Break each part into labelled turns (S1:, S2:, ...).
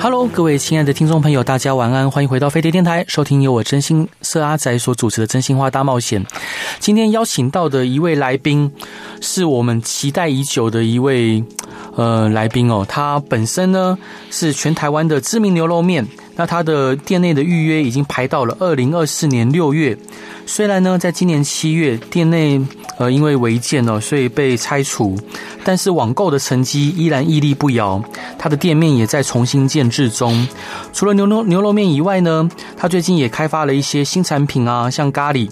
S1: Hello，各位亲爱的听众朋友，大家晚安，欢迎回到飞碟电台，收听由我真心社阿仔所主持的《真心话大冒险》。今天邀请到的一位来宾，是我们期待已久的一位呃来宾哦。他本身呢是全台湾的知名牛肉面，那他的店内的预约已经排到了二零二四年六月。虽然呢，在今年七月店内呃因为违建哦，所以被拆除，但是网购的成绩依然屹立不摇。他的店面也在重新建制中。除了牛肉牛肉面以外呢，他最近也开发了一些新产品啊，像咖喱，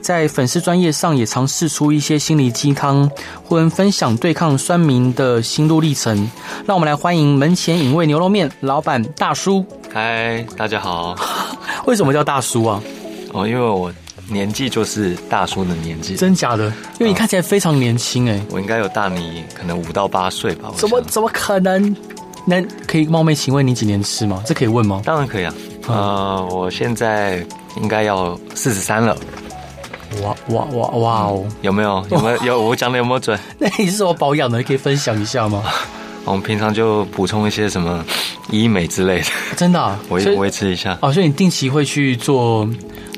S1: 在粉丝专业上也尝试出一些心灵鸡汤，或人分享对抗酸民的心路历程。让我们来欢迎门前引位牛肉面老板大叔。
S2: 嗨，大家好。
S1: 为什么叫大叔啊？
S2: 哦，因为我年纪就是大叔的年纪，
S1: 真假的？因为你看起来非常年轻哎、
S2: 我应该有大你可能五到八岁吧。我
S1: 怎么
S2: 想
S1: 怎么可能？那可以冒昧请问你几年吃吗？这可以问吗？
S2: 当然可以啊。
S1: 嗯
S2: 呃，我现在应该要四十三了，
S1: 哇哇哇哇哦！
S2: 有没有？有没有？有我讲的有没有准？
S1: 那你是怎么保养的？可以分享一下 吗？
S2: 我们平常就补充一些什么医美之类的，
S1: 真的、啊，
S2: 维
S1: 所以
S2: 维持一下。
S1: 哦，所以你定期会去做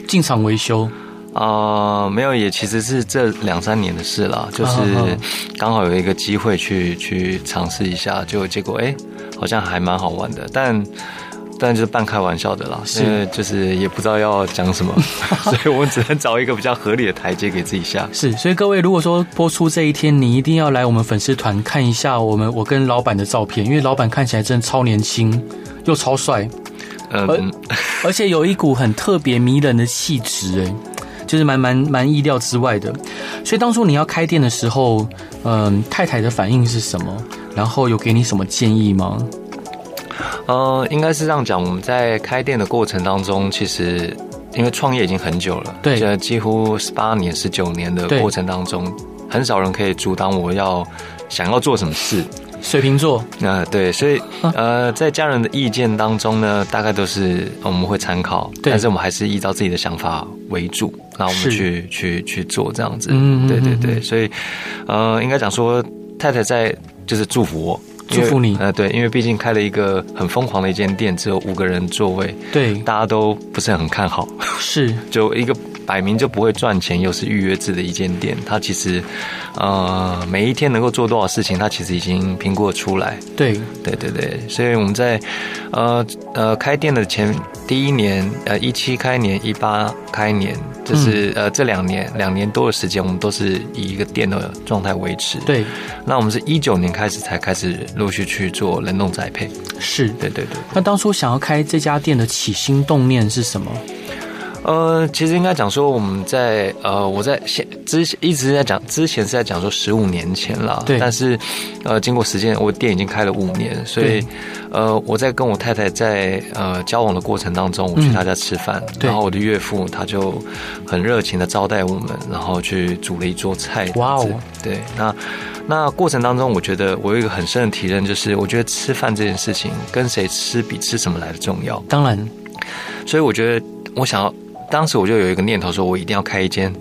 S1: 进场维修，
S2: 啊、没有，也其实是这两三年的事
S1: 啊
S2: 啦，就是刚好有一个机会去去尝试一下，就结果哎、好像还蛮好玩的，但。但就是半开玩笑的啦，
S1: 是
S2: 因为就是也不知道要 讲什么，所以我只能找一个比较合理的台阶给自己下。
S1: 是。所以各位，如果说播出这一天，你一定要来我们粉丝团看一下我们我跟老板的照片，因为老板看起来真的超年轻，又超帅，呃
S2: 嗯，
S1: 而且有一股很特别迷人的气质，哎，就是蛮蛮蛮意料之外的。所以当初你要开店的时候，嗯，太太的反应是什么？然后有给你什么建议吗？
S2: 呃，应该是这样讲，我们在开店的过程当中，其实因为创业已经很久了，
S1: 对
S2: 这几乎十八年、十九年的
S1: 对
S2: 过程当中，很少人可以阻挡我要想要做什么事。
S1: 水瓶座，
S2: 那、啊对，所以
S1: 啊
S2: 呃，在家人的意见当中呢，大概都是我们会参考，
S1: 对
S2: 但是我们还是依照自己的想法为主，然后我
S1: 是
S2: 们去去去做这样子。
S1: 嗯嗯嗯
S2: 对对
S1: 嗯
S2: 对，所以呃，应该讲说太太在就是祝福我。因为
S1: 祝福你
S2: 呃，对，因为毕竟开了一个很疯狂的一间店，只有五个人座位，
S1: 对，
S2: 大家都不是很看好，
S1: 是
S2: 就一个摆明就不会赚钱，又是预约制的一间店，它其实，呃，每一天能够做多少事情，它其实已经评估得出来，
S1: 对，
S2: 对对对，所以我们在呃呃开店的前第一年，呃一七开年、一八开年，就是、呃这两年两年多的时间，我们都是以一个店的状态维持。，
S1: 对，
S2: 那我们是一九年开始才开始陆续去做冷冻栽培。
S1: 是。
S2: 对对对，
S1: 那当初想要开这家店的起心动念是什么？
S2: 呃，其实应该讲说我们在呃我在现之一直在讲之前是在讲说十五年前啦，
S1: 对
S2: 但是呃经过时间，我店已经开了五年，所以
S1: 对
S2: 呃，我在跟我太太在呃交往的过程当中，我去她家吃饭，
S1: 嗯对
S2: 然后我的岳父他就很热情的招待我们，然后去煮了一桌菜。
S1: 哇哦
S2: 这样子，对，那那过程当中，我觉得我有一个很深的体认，就是我觉得吃饭这件事情跟谁吃比吃什么来的重要，
S1: 当然，
S2: 所以我觉得我想要。当时我就有一个念头，说我一定要开一间，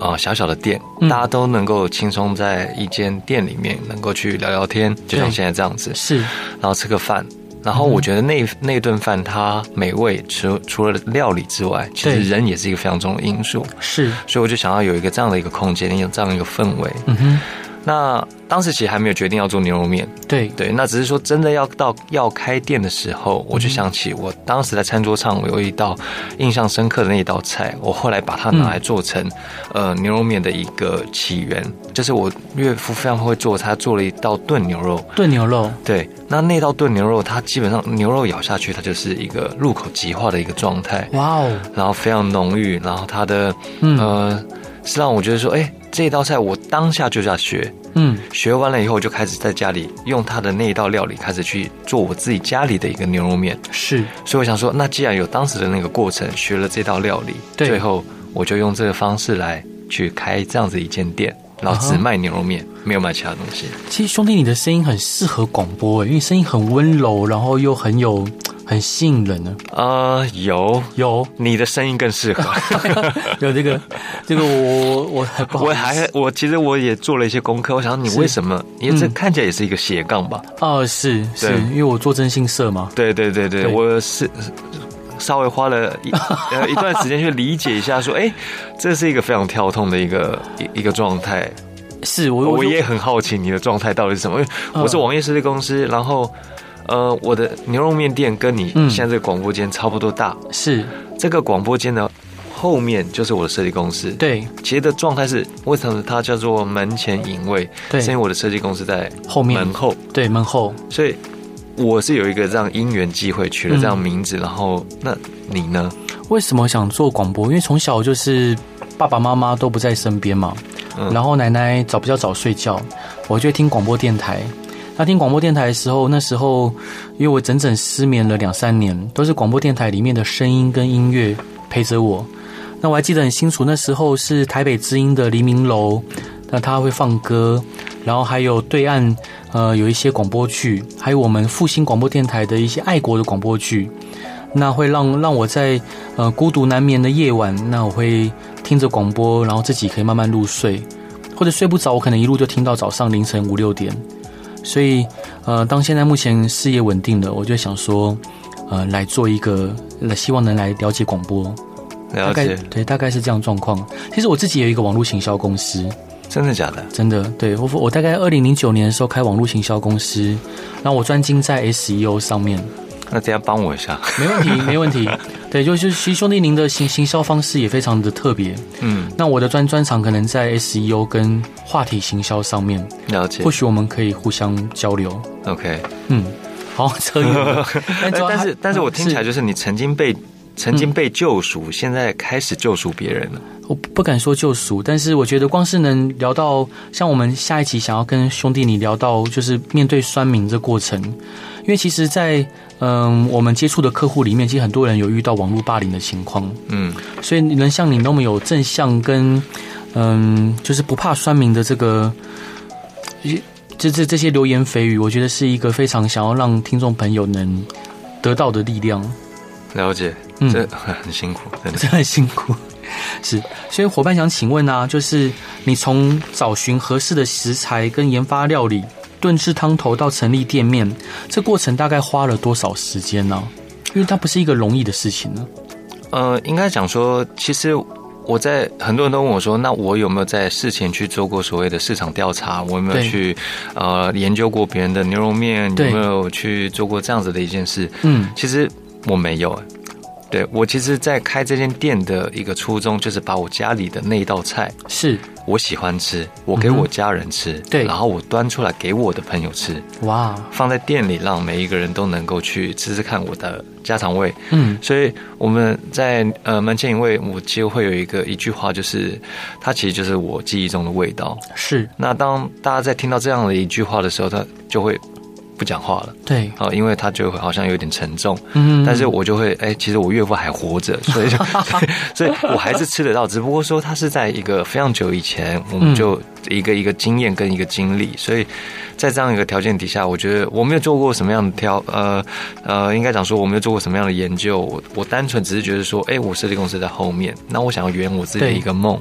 S2: 呃，小小的店，
S1: 嗯
S2: 大家都能够轻松在一间店里面能够去聊聊天，就像
S1: 对嗯
S2: 现在这样子。
S1: 是
S2: 然后吃个饭。然后我觉得那那顿饭它美味，除除了料理之外，其
S1: 对
S2: 实人也是一个非常重要的因素。
S1: 是，
S2: 所以我就想要有一个这样的一个空间，有这样一个氛围。
S1: 嗯哼，
S2: 那当时其实还没有决定要做牛肉面，
S1: 对，
S2: 对，那只是说真的要到要开店的时候，我就想起我当时在餐桌上我有一道印象深刻的那一道菜，我后来把它拿来做成、呃牛肉面的一个起源，就是我岳父非常会做，他做了一道炖牛肉，
S1: 炖牛肉，
S2: 对，那那道炖牛肉，它基本上牛肉咬下去，它就是一个入口即化的一个状态，
S1: 哇哦，
S2: 然后非常浓郁，然后它的
S1: 嗯
S2: 呃，是让我觉得说，哎，这道菜我当下就要学，
S1: 嗯，
S2: 学完了以后，我就开始在家里用它的那一道料理开始去做我自己家里的一个牛肉面，
S1: 是
S2: 所以我想说，那既然有当时的那个过程，学了这道料理，
S1: 对
S2: 最后我就用这个方式来去开这样子一间店，然后只卖牛肉面，没有卖其他东西。
S1: 其实兄弟，你的声音很适合广播，欸因为声音很温柔，然后又很有很吸引人啊呢。
S2: 呃，有
S1: 有
S2: 你的声音更适 合。
S1: 有这个，这个我我还不好意
S2: 我
S1: 思，
S2: 还我其实我也做了一些功课，我想你为什么？因为这看起来也是一嗯个斜杠吧？
S1: 哦是是
S2: 对
S1: 因为我做真心社嘛，
S2: 对对对对，
S1: 对
S2: 我是稍微花了 一呃一段时间去理解一下，说哎、诶这是一个非常跳痛的一个一一个状态。
S1: 是我嗯
S2: 我也很好奇你的状态到底是什么，因为我是网页设计公司，然后呃，我的牛肉面店跟你
S1: 嗯
S2: 现在这个广播间差不多大，
S1: 是
S2: 这个广播间的后面就是我的设计公司。，
S1: 对
S2: 其实的状态是为什么它叫做门前隐卫？
S1: 对
S2: 是因为我的设计公司在
S1: 后面
S2: 门后，
S1: 对门后
S2: 所以我是有一个这样因缘机会取了
S1: 嗯
S2: 这样名字，然后那你呢？
S1: 为什么想做广播？因为从小就是爸爸妈妈都不在身边嘛，
S2: 嗯
S1: 然后奶奶早比较早睡觉，我就会听广播电台。那听广播电台的时候，那时候因为我整整失眠了两三年，都是广播电台里面的声音跟音乐陪着我。那我还记得很清楚，那时候是台北之音的黎明楼，那他会放歌，然后还有对岸呃有一些广播剧，还有我们复兴广播电台的一些爱国的广播剧，那会让让我在呃孤独难眠的夜晚，那我会听着广播，然后自己可以慢慢入睡，或者睡不着，我可能一路就听到早上凌晨五六点。所以，呃，当现在目前事业稳定了，我就想说，呃，来做一个，来希望能来了解广播，大
S2: 了
S1: 概
S2: 解，
S1: 对，大概是这样的状况。其实我自己有一个网络行销公司，
S2: 真的假的？
S1: 真的，对我我大概二零零九年的时候开网络行销公司，然后我专精在 SEO 上面，
S2: 那等一下帮我 一下。
S1: 没 问题，没问题。对，就是其实兄弟您的行行销方式也非常的特别。
S2: 嗯，
S1: 那我的专专长可能在 SEO 跟话题行销上面，
S2: 了解
S1: 或。许我们可以互相交流。
S2: OK，哎
S1: 嗯，好，扯远 了。但主要
S2: 但
S1: 还嗯
S2: 是但是我听起来
S1: 是嗯
S2: 就是你曾经被。曾经被救赎，现在开始救赎别人了。
S1: 我不不敢说救赎，但是我觉得光是能聊到像我们下一期想要跟兄弟你聊到，就是面对酸民这过程，因为其实在，嗯我们接触的客户里面，其实很多人有遇到网络霸凌的情况。
S2: 嗯，
S1: 所以能像你那么有正向跟嗯，就是不怕酸民的这个，这这这些流言蜚语，我觉得是一个非常想要让听众朋友能得到的力量。
S2: 了解，
S1: 嗯
S2: 这 很辛苦，真的。
S1: 真的很辛苦。是，所以伙伴想请问啊，就是你从找寻合适的食材跟研发料理、炖制汤头到成立店面，这过程大概花了多少时间呢、因为它不是一个容易的事情呢、
S2: 呃，应该讲说，其实我在很多人都问我说，那我有没有在事前去做过所谓的市场调查？我有没有
S1: 对
S2: 去呃研究过别人的牛肉面？有
S1: 对
S2: 没有去做过这样子的一件事？
S1: 嗯，
S2: 其实我没有、欸对我其实，在开这间店的一个初衷，就是把我家里的那一道菜，
S1: 是，
S2: 我喜欢吃，我给我家人吃，
S1: 对
S2: 然后我端出来给我的朋友吃，
S1: 哇，
S2: 放在店里，让每一个人都能够去吃吃看我的家常味。
S1: 嗯，
S2: 所以我们在呃门前一位，我其实会有一个一句话，就是它其实就是我记忆中的味道。
S1: 是
S2: 那当大家在听到这样的一句话的时候，他就会不讲话了
S1: 对，
S2: 啊、因为他就会好像有点沉重。
S1: 嗯，
S2: 但是我就会哎、其实我岳父还活着，所以就 所以我还是吃得到，只不过说他是在一个非常久以前，我们就一个一个经验跟一个经历，所以在这样一个条件底下，我觉得我没有做过什么样的挑呃呃，应该讲说我没有做过什么样的研究，我我单纯只是觉得说，哎、我设计公司在后面，那我想要圆我自己的一个梦。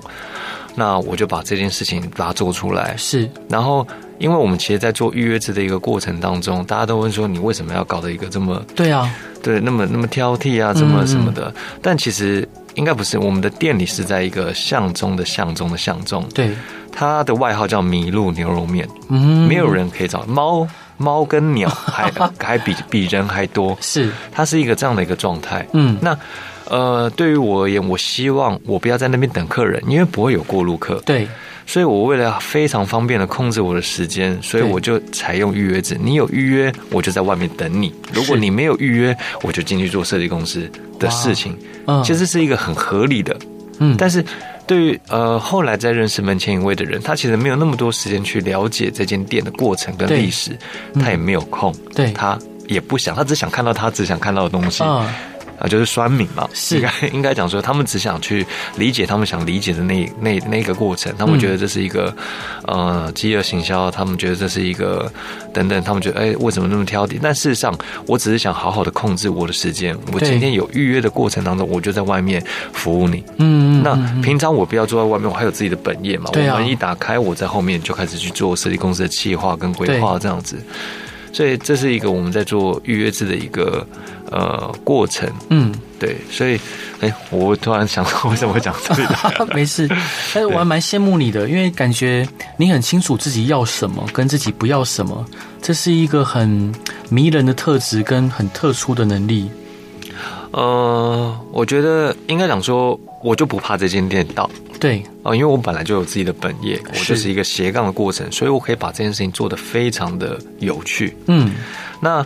S2: 那我就把这件事情把它做出来，
S1: 是
S2: 然后，因为我们其实，在做预约制的一个过程当中，大家都问说，你为什么要搞得一个这么
S1: 对啊，
S2: 对，那么那么挑剔啊，
S1: 嗯
S2: 这么什么的。但其实应该不是，我们的店里是在一个巷中的巷中的巷中，
S1: 对，
S2: 它的外号叫麋鹿牛肉面，
S1: 嗯，
S2: 没有人可以找猫。猫跟 鸟还还比比人还多，
S1: 是，
S2: 它是一个这样的一个状态。
S1: 嗯，
S2: 那呃，对于我而言，我希望我不要在那边等客人，因为不会有过路客。
S1: 对，
S2: 所以我为了非常方便的控制我的时间，所以
S1: 对
S2: 我就采用预约制。你有预约，我就在外面等你；如果
S1: 是
S2: 你没有预约，我就进去做设计公司的事情。
S1: 嗯，
S2: 其实是一个很合理的，
S1: 嗯，
S2: 但是对于呃后来在认识门前一位的人，他其实没有那么多时间去了解这间店的过程跟
S1: 对嗯
S2: 历史，他也没有空，
S1: 对，
S2: 他也不想，他只想看到他只想看到的东西。
S1: 嗯，
S2: 呃，就是酸民嘛，
S1: 是
S2: 应该 应该讲说，他们只想去理解他们想理解的那那那个过程，他们觉得这是一个、
S1: 嗯
S2: 呃饥饿行销，他们觉得这是一个等等，他们觉得哎、为什么那么挑剔？但事实上，我只是想好好的控制我的时间，我
S1: 对
S2: 今天有预约的过程当中，我就在外面服务你。
S1: 嗯，嗯
S2: 那
S1: 嗯
S2: 平常我不要坐在外面，我还有自己的本业嘛。
S1: 对啊
S2: 我们一打开，我在后面就开始去做设计公司的企划跟规划这样子。所以这是一个我们在做预约制的一个呃过程，
S1: 嗯，
S2: 对。所以，哎、我突然想到为什么会讲这 个？
S1: 没事。但是我还蛮羡慕你的，因为感觉你很清楚自己要什么，跟自己不要什么，这是一个很迷人的特质跟很特殊的能力。
S2: 呃，我觉得应该讲说，我就不怕这间店倒。
S1: 对，
S2: 啊、因为我本来就有自己的本业，我
S1: 是
S2: 就是一个斜杠的过程，所以我可以把这件事情做得非常的有趣。
S1: 嗯，
S2: 那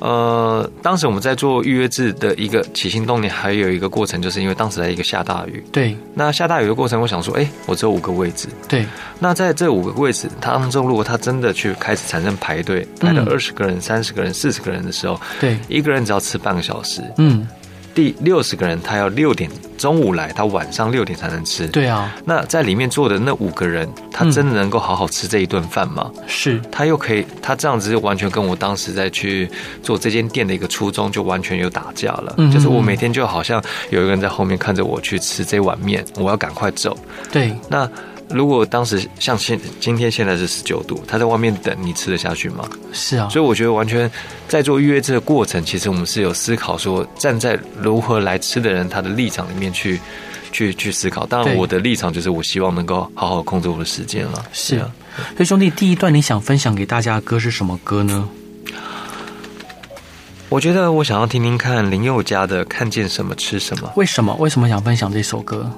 S2: 呃，当时我们在做预约制的一个起心动念，还有一个过程，就是因为当时在一个下大雨。
S1: 对
S2: 那下大雨的过程，我想说，哎、我只有五个位置。
S1: 对，
S2: 那在这五个位置当中，如果他真的去开始产生排队，排了
S1: 嗯
S2: 二十个人、三十个人、四十个人的时候，
S1: 对，
S2: 一个人只要吃半个小时。
S1: 嗯，
S2: 第六十个人，他要六点中午来，他晚上六点才能吃。。
S1: 对嗯啊，
S2: 那在里面坐的那五个人，他真的能够好好吃这一顿饭吗？
S1: 是，
S2: 他又可以，他这样子就完全跟我当时在去做这间店的一个初衷就完全有打架了。
S1: 嗯
S2: 就是我每天就好像有一个人在后面看着我去吃这碗面，我要赶快走。
S1: 对，
S2: 那如果当时像现今天现在是十九度，他在外面等你吃得下去吗？
S1: 是啊，
S2: 所以我觉得完全在做预约制的过程，其实我们是有思考说站在如何来吃的人他的立场里面去去去思考。当然，
S1: 对
S2: 我的立场就是我希望能够好好控制我的时间了。
S1: 是
S2: 对啊。
S1: 所以兄弟，第一段你想分享给大家的歌是什么歌呢？
S2: 我觉得我想要听听看林宥嘉的《看见什么吃什么
S1: 为什么为什么想分享这首歌？》，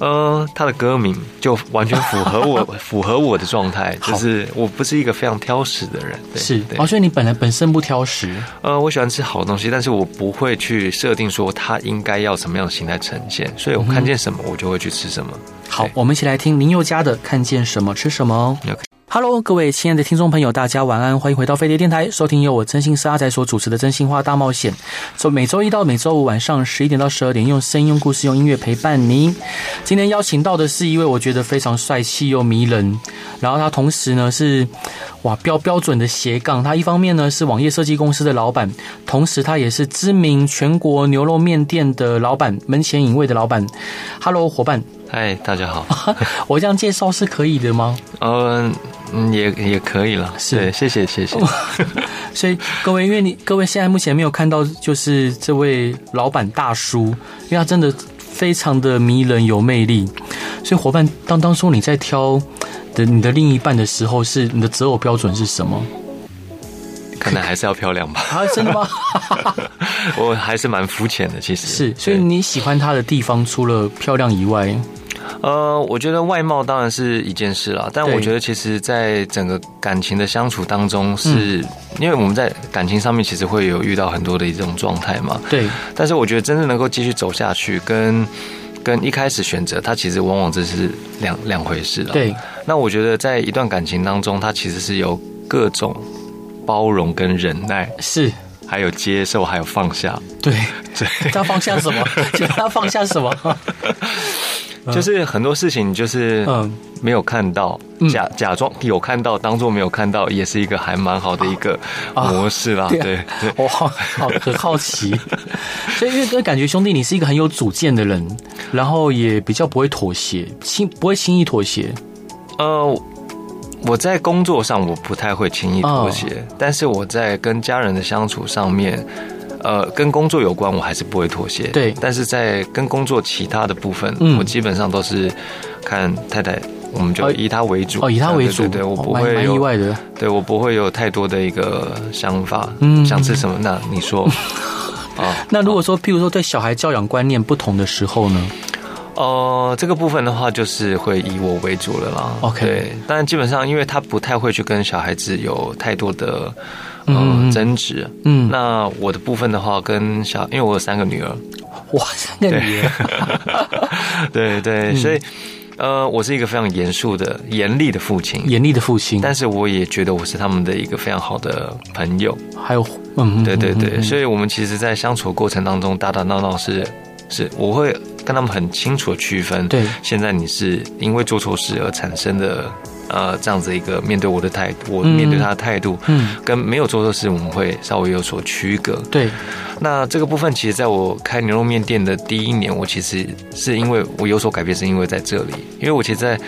S2: 呃，他的歌名就完全符 合我符合我的状态，
S1: 好
S2: 就是我不是一个非常挑食的人，对
S1: 是，
S2: 对
S1: 哦，，所以你本来本身不挑食，
S2: 呃，我喜欢吃好东西，但是我不会去设定说它应该要什么样的形态呈现，所以我看见什么我就会去吃什么。
S1: 嗯好
S2: 对，
S1: 我们一起来听林宥嘉的《看见什么吃什么》哦。
S2: OK
S1: Hello，各位亲爱的听众朋友，大家晚安，欢迎回到飞碟电台，收听由我真心是阿仔所主持的《真心话大冒险》。从每周一到每周五晚上十一点到十二点，用声音、用故事、用音乐陪伴您。今天邀请到的是一位我觉得非常帅气又迷人，然后他同时呢是哇标标准的斜杠，他一方面呢是网页设计公司的老板，同时他也是知名全国牛肉面店的老板，门前影卫的老板。Hello，伙伴。
S2: 嗨，大家好，
S1: 啊 我这样介绍是可以的吗？
S2: 呃嗯，也也可以了，
S1: 是
S2: 对谢谢 谢谢。
S1: 所以各位，因为你各位现在目前没有看到，就是这位老板大叔，因为他真的非常的迷人有魅力。所以伙伴，当当初你在挑的你的另一半的时候是，你的择偶标准是什么？
S2: 可能还是要漂 亮吧，
S1: 啊，真的吗？
S2: 我还是蛮肤浅的，其实
S1: 是，所以
S2: 对
S1: 你喜欢他的地方，除了漂亮以外，
S2: 呃，我觉得外貌当然是一件事啦，但
S1: 对
S2: 我觉得其实，在整个感情的相处当中
S1: 嗯
S2: 是，因为我们在感情上面其实会有遇到很多的一种状态嘛。
S1: 对，
S2: 但是我觉得真正能够继续走下去，跟跟一开始选择，它其实往往这是两两回事了。
S1: 对，
S2: 那我觉得在一段感情当中，它其实是有各种包容跟忍耐，
S1: 是，
S2: 还有接受，还有放下。
S1: 对，他放下什么？ 请问他放下什么？
S2: 就是很多事情，就是
S1: 嗯
S2: 没有看到，假假装有看到，当做没有看到，也是一个还蛮好的一个模式啦。
S1: 对啊
S2: 对对，
S1: 我 好好很好 奇，所以因为哥感觉兄弟你是一个很有主见的人，然后也比较不会妥协，轻不会轻易妥协。
S2: 呃，我在工作上我不太会轻易妥协，
S1: 啊
S2: 但是我在跟家人的相处上面。呃，跟工作有关，我还是不会妥协。
S1: 对
S2: 但是在跟工作其他的部分，
S1: 嗯
S2: 我基本上都是看太太，我们就
S1: 哦
S2: 以她为主。
S1: 哦，以他为主，
S2: 对对对，我不
S1: 哦蛮
S2: 会
S1: 蛮
S2: 有
S1: 意外的。
S2: 对我不会有太多的一个想法，
S1: 嗯
S2: 想吃什么那 你说。啊，
S1: 那如果说，譬如说对小孩教养观念不同的时候呢？
S2: 呃，这个部分的话，就是会以我为主了啦。
S1: OK
S2: 对，但基本上，因为他不太会去跟小孩子有太多的
S1: 嗯
S2: 呃
S1: 嗯
S2: 争执。
S1: 嗯，那
S2: 那我的部分的话，跟小，因为我有三个女儿，
S1: 哇，三个女人，
S2: 对对，
S1: 嗯
S2: 所以呃，我是一个非常严肃的、严厉的父亲，
S1: 严厉的父亲，
S2: 但是我也觉得我是他们的一个非常好的朋友。
S1: 还有嗯，
S2: 对对对，所
S1: 以
S2: 以我们其实，在相处的过程当中，打打闹闹是是，我会跟他们很清楚的区分。
S1: 对，
S2: 现在你是因为做错事而产生的呃这样子一个面对我的态度，我
S1: 嗯
S2: 面对他的态度，
S1: 嗯，
S2: 跟没有做错事，我们会稍微有所区隔。
S1: 对，
S2: 那这个部分，其实在我开牛肉面店的第一年，我其实是因为我有所改变，是因为在这里，因为我其实，在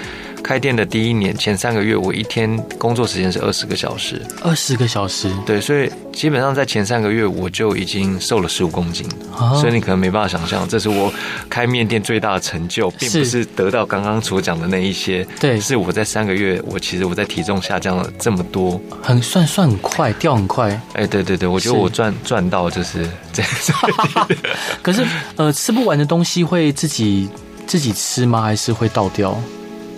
S2: 开店的第一年前三个月，我一天工作时间是二十个小时，
S1: 二十个小时，
S2: 对，所以基本上在前三个月我就已经瘦了十五公斤，
S1: 啊
S2: 所以你可能没办法想象，这是我开面店最大的成就，并不是得到刚刚所讲的那一些，
S1: 对
S2: 是我在三个月，我其实我在体重下降了这么多，
S1: 很算算很快，掉很快。
S2: 哎，对对对，我觉得
S1: 是
S2: 我赚赚到就是这样 子。
S1: 可是呃，吃不完的东西会自己自己吃吗？还是会倒掉？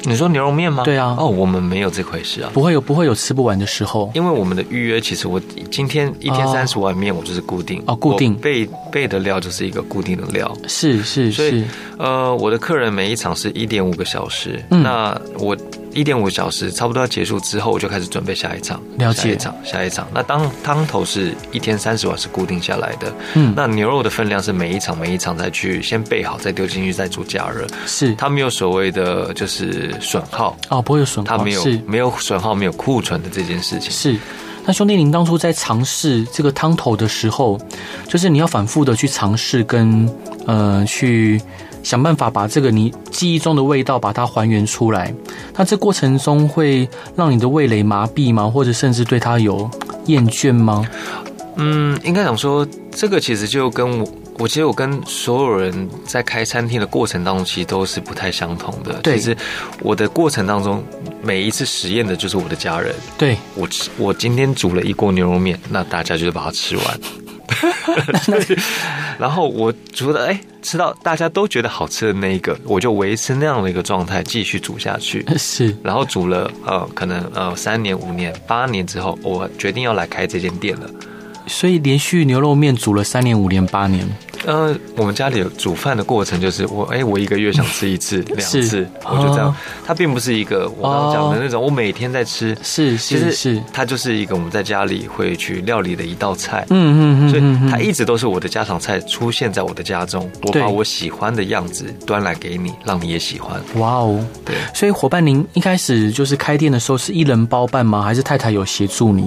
S2: 你说牛肉面吗？
S1: 对啊
S2: 哦，我们没有这回事啊。
S1: 不会有不会有吃不完的时候。
S2: 因为我们的预约，其实我今天一天
S1: 哦
S2: 三十碗面，我就是固定
S1: 哦固定
S2: 我备备的料就是一个固定的料。
S1: 是是
S2: 所以
S1: 是，
S2: 呃，我的客人每一场是一点五个小时，
S1: 嗯
S2: 那我一点五小时差不多要结束之后，我就开始准备下一场，
S1: 了解
S2: 下一场，下一场。那当汤头是一天三十碗是固定下来的，
S1: 嗯，
S2: 那牛肉的分量是每一场每一场再去先备好，再丢进去，再做加热。
S1: 是
S2: 它没有所谓的就是损耗，
S1: 哦，不会有损
S2: 它
S1: 耗，
S2: 没有
S1: 是
S2: 没有损耗，没有库存的这件事情。
S1: 是。那兄弟，您当初在尝试这个汤头的时候，就是你要反复的去尝试跟呃去想办法把这个你记忆中的味道把它还原出来。那这过程中会让你的味蕾麻痹吗？或者甚至对它有厌倦吗？
S2: 嗯，应该讲说，这个其实就跟我，我其实我跟所有人在开餐厅的过程当中，其实都是不太相同的。
S1: 对
S2: 其实我的过程当中，每一次实验的就是我的家人。
S1: 对，
S2: 我吃，我今天煮了一锅牛肉面，那大家就是把它吃完。然后我煮的哎，吃到大家都觉得好吃的那一个，我就维持那样的一个状态继续煮下去。
S1: 是
S2: 然后煮了呃，可能呃三年、五年、八年之后，我决定要来开这间店了。
S1: 所以连续牛肉面煮了三年、五年、八年，
S2: 呃，我们家里有煮饭的过程，就是我哎、我一个月想吃 一次、两
S1: 是
S2: 次，我就这样
S1: 哦。
S2: 它并不是一个我刚刚讲的那种，我每天在吃。
S1: 是
S2: 其
S1: 是
S2: 实
S1: 是，
S2: 它就是一个我们在家里会去料理的一道菜。
S1: 嗯嗯嗯
S2: 所
S1: 嗯
S2: 以它
S1: 嗯，
S2: 一直都是我的家常菜，出现在我的家中。我
S1: 对
S2: 把我喜欢的样子端来给你，让你也喜欢。
S1: 哇哦！
S2: 对，
S1: 所以伙伴，您一开始就是开店的时候是一人包办吗？还是太太有协助你？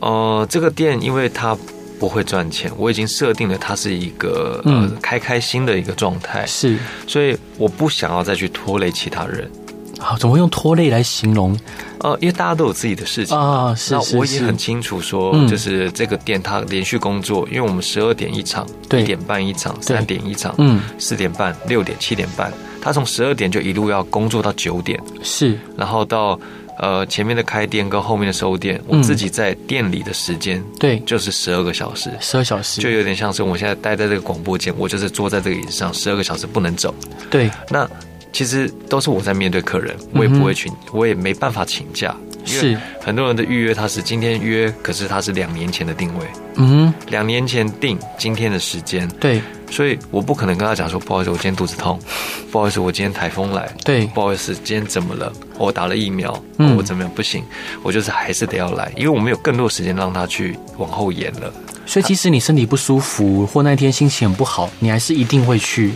S2: 呃，这个店因为它不会赚钱，我已经设定了它是一个呃
S1: 嗯
S2: 开开心的一个状态，
S1: 是，
S2: 所以我不想要再去拖累其他人。
S1: 好，怎么会用拖累来形容
S2: 呃，因为大家都有自己的事情
S1: 啊？是
S2: 那
S1: 是
S2: 我也
S1: 是
S2: 很，清楚说
S1: 嗯，
S2: 就是这个店它连续工作，因为我们十二点一场，
S1: 对
S2: 一点半一场，
S1: 对
S2: 三点一场，
S1: 嗯，
S2: 四点半、六点、七点半，它从十二点就一路要工作到九点，
S1: 是
S2: 然后到呃前面的开店跟后面的收店，我
S1: 嗯
S2: 自己在店里的时间
S1: 对，
S2: 就是十二个小时。
S1: 十二小
S2: 就
S1: 时，
S2: 有点像是我现在待在这个广播间，我就是坐在这个椅子上十二个小时不能走。
S1: 对，
S2: 那其实都是我在面对客人，我
S1: 嗯
S2: 也
S1: 哼
S2: 不会请，我也没办法请假，因为
S1: 是，
S2: 很多人的预约他是今天约，可是他是两年前的定位，
S1: 嗯，
S2: 两年前定今天的时间，
S1: 对
S2: 所以我不可能跟他讲说，不好意思，我今天肚子痛， 不好意思，我今天台风来，
S1: 对，
S2: 不好意思，今天怎么了？我打了疫苗，
S1: 嗯
S2: 我怎么样？不行，我就是还是得要来，因为我们有更多时间让他去往后延了。
S1: 所以即使你身体不舒服或那天心情很不好，你还是一定会去，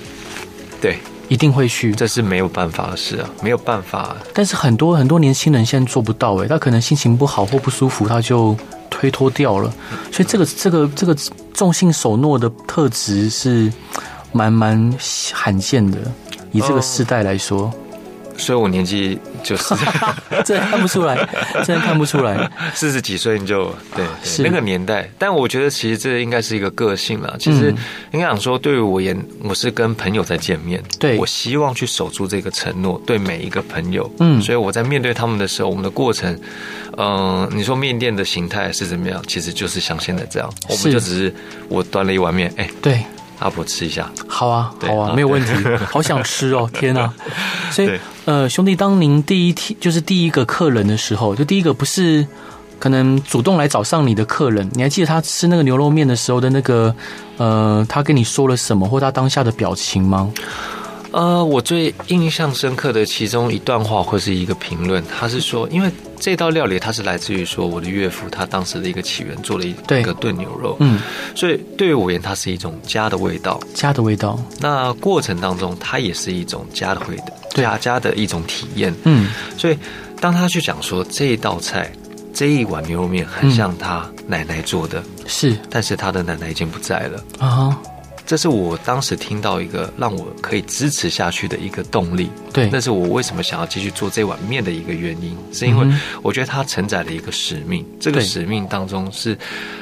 S2: 对，
S1: 一定会去。
S2: 这是没有办法的事啊，没有办法。
S1: 但是很多很多年轻人现在做不到欸诶，他可能心情不好或不舒服，他就推脱掉了。所以这个这个这个重信守诺的特质是蛮蛮罕见的，以这个世代来说，
S2: 所以我年纪就是
S1: 真的看不出来，真的看不出来。
S2: 四十几岁，你就对
S1: 啊是
S2: 对那个年代。但我觉得其实这应该是一个个性啦。其实
S1: 嗯
S2: 应该讲说，对于我言，我是跟朋友在见面，
S1: 对
S2: 我希望去守住这个承诺，对每一个朋友。
S1: 嗯
S2: 所以我在面对他们的时候，我们的过程，嗯、你说面店的形态是怎么样？其实就是像现在这样，我
S1: 是
S2: 们就只是我端了一碗面，哎、
S1: 对，
S2: 阿婆吃一下。
S1: 好啊，
S2: 对
S1: 好啊，
S2: 啊
S1: 没有问题， 好想吃 哦，天啊！所以
S2: 对，
S1: 呃，兄弟，当您第一天就是第一个客人的时候，就第一个不是可能主动来找上你的客人，你还记得他吃那个牛肉面的时候的那个，呃，他跟你说了什么，或他当下的表情吗？
S2: 呃，我最印象深刻的其中一段话，或是一个评论，他是说，因为这道料理它是来自于说我的岳父他当时的一个起源，做了一
S1: 对
S2: 个炖牛肉，
S1: 嗯，
S2: 所以对于我而言，它是一种家的味道。
S1: 家的味道，
S2: 那过程当中，它也是一种家的味道，
S1: 对
S2: 家家的一种体验。
S1: 嗯
S2: 所以，当他去讲说这一道菜、这一碗牛肉面很像他奶奶做的，
S1: 是
S2: 但是他的奶奶已经不在了，
S1: 啊哈，
S2: 这是我当时听到一个让我可以支持下去的一个动力。
S1: 对
S2: 那，是我为什么想要继续做这碗面的一个原因，是因为
S1: 嗯哼
S2: 我觉得它承载了一个使命。这个
S1: 对
S2: 使命当中是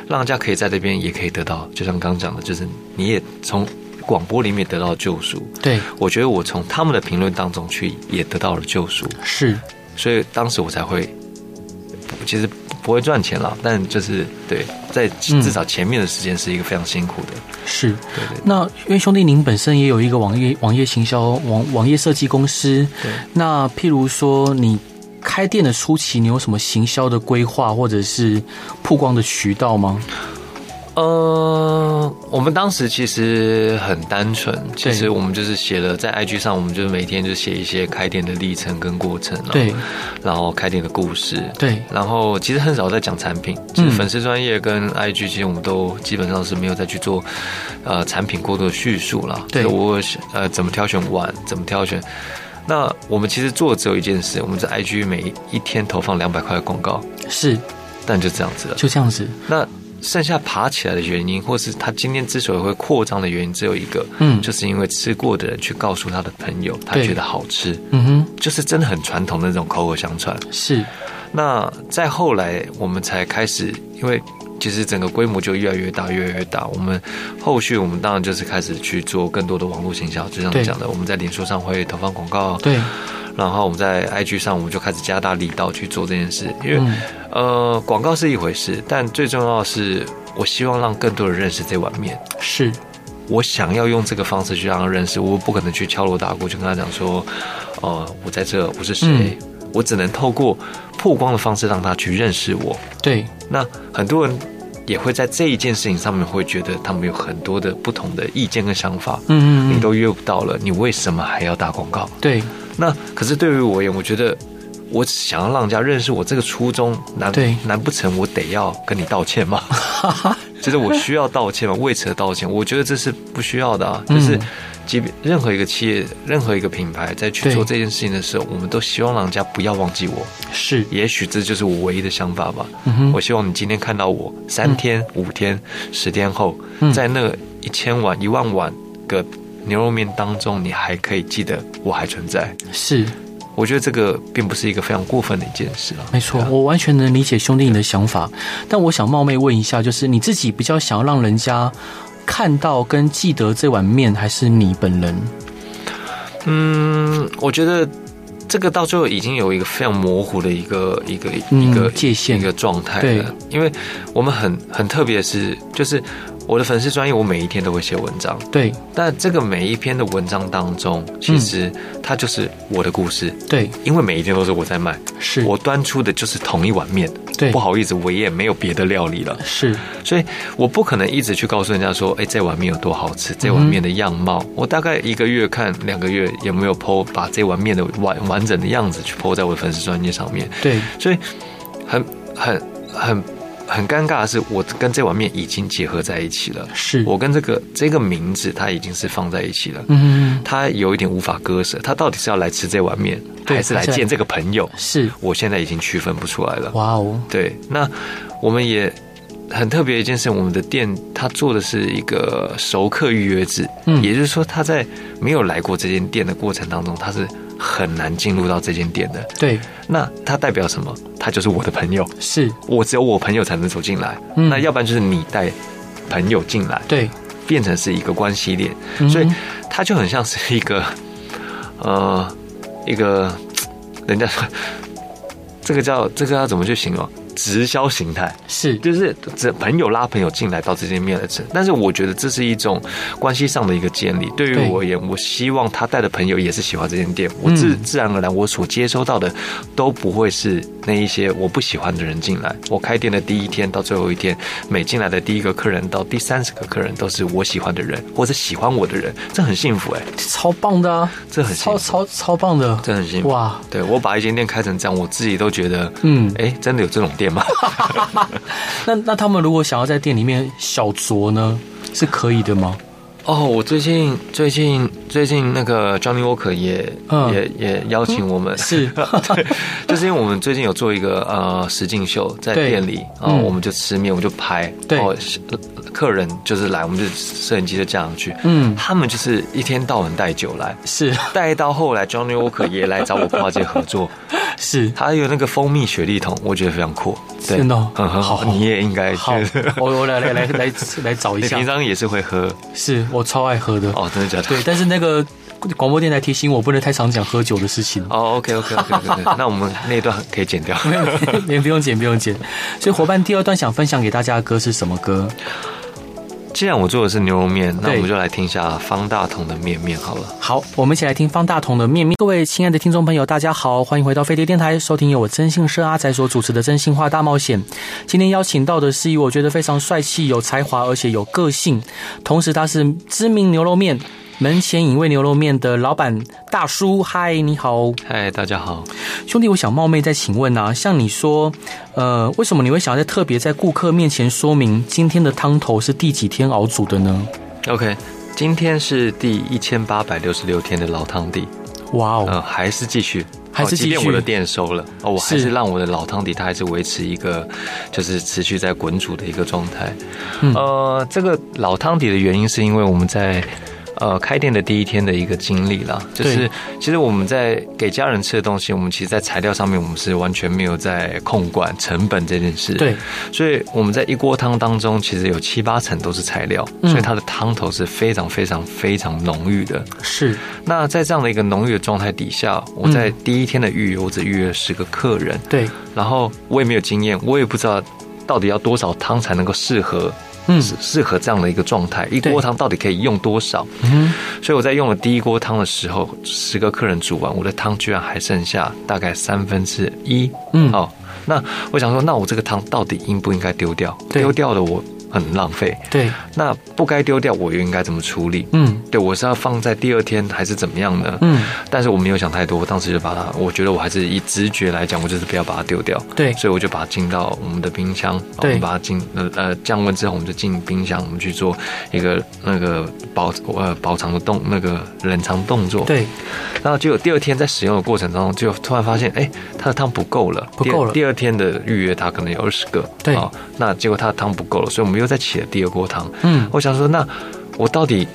S2: 让人家可以在这边也可以得到，就像刚刚讲的，就是你也从广播里面得到救赎。
S1: 对
S2: 我觉得我从他们的评论当中去也得到了救赎，
S1: 是，
S2: 所以当时我才会，其实不会赚钱啦，但就是对，在
S1: 嗯
S2: 至少前面的时间是一个非常辛苦的。
S1: 是，
S2: 对对
S1: 那因为兄弟您本身也有一个网页网页行销网网页设计公司，
S2: 对
S1: 那譬如说你开店的初期，你有什么行销的规划或者是曝光的渠道吗？
S2: 呃，我们当时其实很单纯，其
S1: 对
S2: 实我们就是写了在 IG 上，我们就是每天就写一些开店的历程跟过程，然后
S1: 对，
S2: 然后开店的故事。
S1: 对
S2: 然后其实很少在讲产品，其实
S1: 嗯
S2: 粉丝专业跟 IG 其实我们都基本上是没有再去做，呃，产品过多的叙述啦。
S1: 对
S2: 所以我呃怎么挑选碗，怎么挑选。那我们其实做的只有一件事，我们在 IG 每一天投放两百块的广告，
S1: 是
S2: 但就这样子了。
S1: 就这样子，
S2: 那剩下爬起来的原因，或是他今天之所以会扩张的原因，只有一个，
S1: 嗯
S2: 就是因为吃过的人去告诉他的朋友，他
S1: 对
S2: 觉得好吃，
S1: 嗯哼，
S2: 就是真的很传统的那种口口相传。
S1: 是
S2: 那再后来，我们才开始，因为其实整个规模就越来越大，越来越大。我们后续我们当然就是开始去做更多的网络行销，就像
S1: 对
S2: 你讲的，我们在脸书上会投放广告，啊
S1: 对，
S2: 然后我们在 IG 上我们就开始加大力道去做这件事，因为、
S1: 嗯
S2: 呃广告是一回事，但最重要的是我希望让更多人认识这碗面。
S1: 是
S2: 我想要用这个方式去让他认识，我不可能去敲锣打鼓就跟他讲说，哦、我在这，我是
S1: 嗯
S2: 谁，我只能透过曝光的方式让他去认识我。
S1: 对
S2: 那很多人也会在这一件事情上面会觉得他们有很多的不同的意见跟想法，
S1: 嗯嗯
S2: 你
S1: 嗯，
S2: 都约不到了，你为什么还要打广告？
S1: 对
S2: 那可是对于我而言，我觉得我想要让人家认识我这个初衷，难
S1: 对
S2: 难不成我得要跟你道 歉吗？就是我需要道歉吗？为此而道歉，我觉得这是不需要的啊。
S1: 嗯
S2: 就是即便任何一个企业、任何一个品牌在去
S1: 对
S2: 做这件事情的时候，我们都希望让人家不要忘记我。
S1: 是，
S2: 也许这就是我唯一的想法吧。
S1: 嗯哼
S2: 我希望你今天看到我，三天、五天、十天后
S1: 嗯，
S2: 在那一千碗、一万碗个牛肉面当中，你还可以记得我还存在。
S1: 是。
S2: 我觉得这个并不是一个非常过分的一件事啊。
S1: 没错
S2: 对，啊
S1: 我完全能理解兄弟你的想法，但我想冒昧问一下，就是你自己比较想要让人家看到跟记得这碗面，还是你本人？
S2: 嗯，我觉得这个到最后已经有一个非常模糊的一个一个
S1: 嗯
S2: 一个
S1: 界限
S2: 一个状态了。因为我们很很特别的是，就是我的粉丝专业，我每一天都会写文章，
S1: 对
S2: 但这个每一篇的文章当中，
S1: 嗯
S2: 其实它就是我的故事，
S1: 对
S2: 因为每一天都是我在卖，
S1: 是，
S2: 我端出的就是同一碗面。
S1: 对
S2: 不好意思，我也没有别的料理了。
S1: 是
S2: 所以我不可能一直去告诉人家说，哎、这碗面有多好吃，这碗面的样貌，
S1: 嗯
S2: 我大概一个月看两个月有没有 PO 把这碗面的完完整的样子去 PO 在我的粉丝专业上面，
S1: 对
S2: 所以很很很很尴尬的是，我跟这碗面已经结合在一起了，
S1: 是，
S2: 我跟这个这个名字它已经是放在一起了。
S1: 嗯
S2: 它有一点无法割舍，它到底是要来吃这碗面，
S1: 对
S2: 还是来
S1: 还是来
S2: 见这个朋友？
S1: 嗯是，
S2: 我现在已经区分不出来了。
S1: 哇哦，
S2: 对，那我们也很特别的一件事，我们的店它做的是一个熟客预约制，
S1: 嗯
S2: 也就是说他在没有来过这间店的过程当中，他是很难进入到这间店的。
S1: 对
S2: 那它代表什么？他就是我的朋友，
S1: 是，
S2: 我只有我朋友才能走进来。
S1: 嗯
S2: 那要不然就是你带朋友进来，
S1: 对，
S2: 变成是一个关系链，
S1: 嗯
S2: 所以它就很像是一个呃一个人家说这个叫这个要怎么去形容？直销形态，
S1: 是
S2: 就是这朋友拉朋友进来到这间面来吃。但是我觉得这是一种关系上的一个建立。对于
S1: 对
S2: 我而言，我希望他带的朋友也是喜欢这间店，我自
S1: 嗯
S2: 自然而然我所接收到的都不会是那一些我不喜欢的人进来。我开店的第一天到最后一天，每进来的第一个客人到第三十个客人都是我喜欢的人，或者喜欢我的人，这很幸福哎、
S1: 超棒的啊，
S2: 这很幸
S1: 超
S2: 福
S1: 超超棒的，
S2: 这很幸福。
S1: 哇！
S2: 对我把一间店开成这样，我自己都觉得，
S1: 嗯
S2: 嗯，哎，真的有这种店吗？
S1: 那那他们如果想要在店里面小酌呢，是可以的吗？
S2: 哦，我最近最近最近那个 Johnny Walker 也、
S1: 嗯
S2: 也也邀请我们，
S1: 是
S2: 对，就是因为我们最近有做一个呃实境秀在
S1: 对
S2: 店里，然后
S1: 嗯
S2: 我们就吃面，我们就拍，
S1: 对
S2: 然后呃客人就是来，我们就摄影机就架上去，
S1: 嗯，
S2: 他们就是一天到晚带酒来。
S1: 是
S2: 带到后来，Johnny Walker 也来找我跨界合 作，
S1: 是，
S2: 他有那个蜂蜜雪莉桶，我觉得非常酷，对
S1: 真的哦
S2: 嗯很
S1: 好
S2: 好，你也应该
S1: 好
S2: 觉得，，
S1: 我我来来来来来找一
S2: 你
S1: 下
S2: 平，常也是会喝
S1: 是我超爱喝的，
S2: 哦，真的假的？
S1: 对，但是那个广播电台提醒我不能太常讲喝酒的事情。
S2: 哦，OK OK OK OK，那我们那一段可以剪掉。
S1: 也不用剪，不用剪。所以伙伴第二段想分享给大家的歌是什么歌？
S2: 既然我做的是牛肉面，那
S1: 对
S2: 我们就来听一下方大同的面面好了。
S1: 好，我们一起来听方大同的《面面》。各位亲爱的听众朋友，大家好，欢迎回到飞碟电台，收听由我真性社阿仔所主持的《真心话大冒险》。今天邀请到的是一位我觉得非常帅气、有才华，而且有个性，同时他是知名牛肉面门前引味牛肉面的老板大叔。嗨，你好，
S2: 嗨，大家好。
S1: 兄弟，我想冒昧再请问啊，像你说，呃，为什么你会想要在特别在顾客面前说明今天的汤头是第几天熬煮的呢？
S2: OK，今天是第一千八百六十六天的老汤底，
S1: 哇哦，
S2: 呃，还是继续。
S1: 还是继续
S2: 哦即便我的店收了，哦，我还
S1: 是
S2: 是让我的老汤底它还是维持一个，就是持续在滚煮的一个状态。
S1: 嗯
S2: 呃，这个老汤底的原因是因为我们在呃开店的第一天的一个经历啦，就
S1: 对
S2: 是其实我们在给家人吃的东西，我们其实在材料上面我们是完全没有在控管成本这件事。
S1: 对，
S2: 所以我们在一锅汤当中，其实有七八成都是材料，
S1: 嗯
S2: 所以它的汤头是非常非常非常浓郁的。
S1: 是
S2: 那在这样的一个浓郁的状态底下，我在
S1: 嗯
S2: 第一天的预约，我只预约十个客人，
S1: 对，
S2: 然后我也没有经验，我也不知道到底要多少汤才能够适合。
S1: 嗯
S2: 适适合这样的一个状态，一
S1: 对
S2: 锅汤到底可以用多少？
S1: 嗯，
S2: 所以我在用了第一锅汤的时候，十个客人煮完，我的汤居然还剩下大概三分之一。
S1: 嗯
S2: 哦，那我想说，那我这个汤到底应不应该丢掉？
S1: 对
S2: 丢掉了我很浪费，
S1: 对，
S2: 那不该丢掉我又应该怎么处理？
S1: 嗯
S2: 对我是要放在第二天还是怎么样呢？
S1: 嗯，
S2: 但是我没有想太多，我当时就把它，我觉得我还是以直觉来讲，我就是不要把它丢掉，
S1: 对，
S2: 所以我就把它进到我们的冰箱，然后
S1: 对
S2: 我们把它进呃呃降温之后，我们就进冰箱，我们去做一个那个保呃保藏的动那个冷藏动作，，
S1: 对，
S2: 然后结果第二天在使用的过程当中，就突然发现，哎，它的汤不够了，
S1: 不够了
S2: 第二第二天的预约它可能有二十个，
S1: 对
S2: 好那结果它的汤不够了，所以我们又再起了第二锅汤，
S1: 嗯
S2: 我想说，那我到底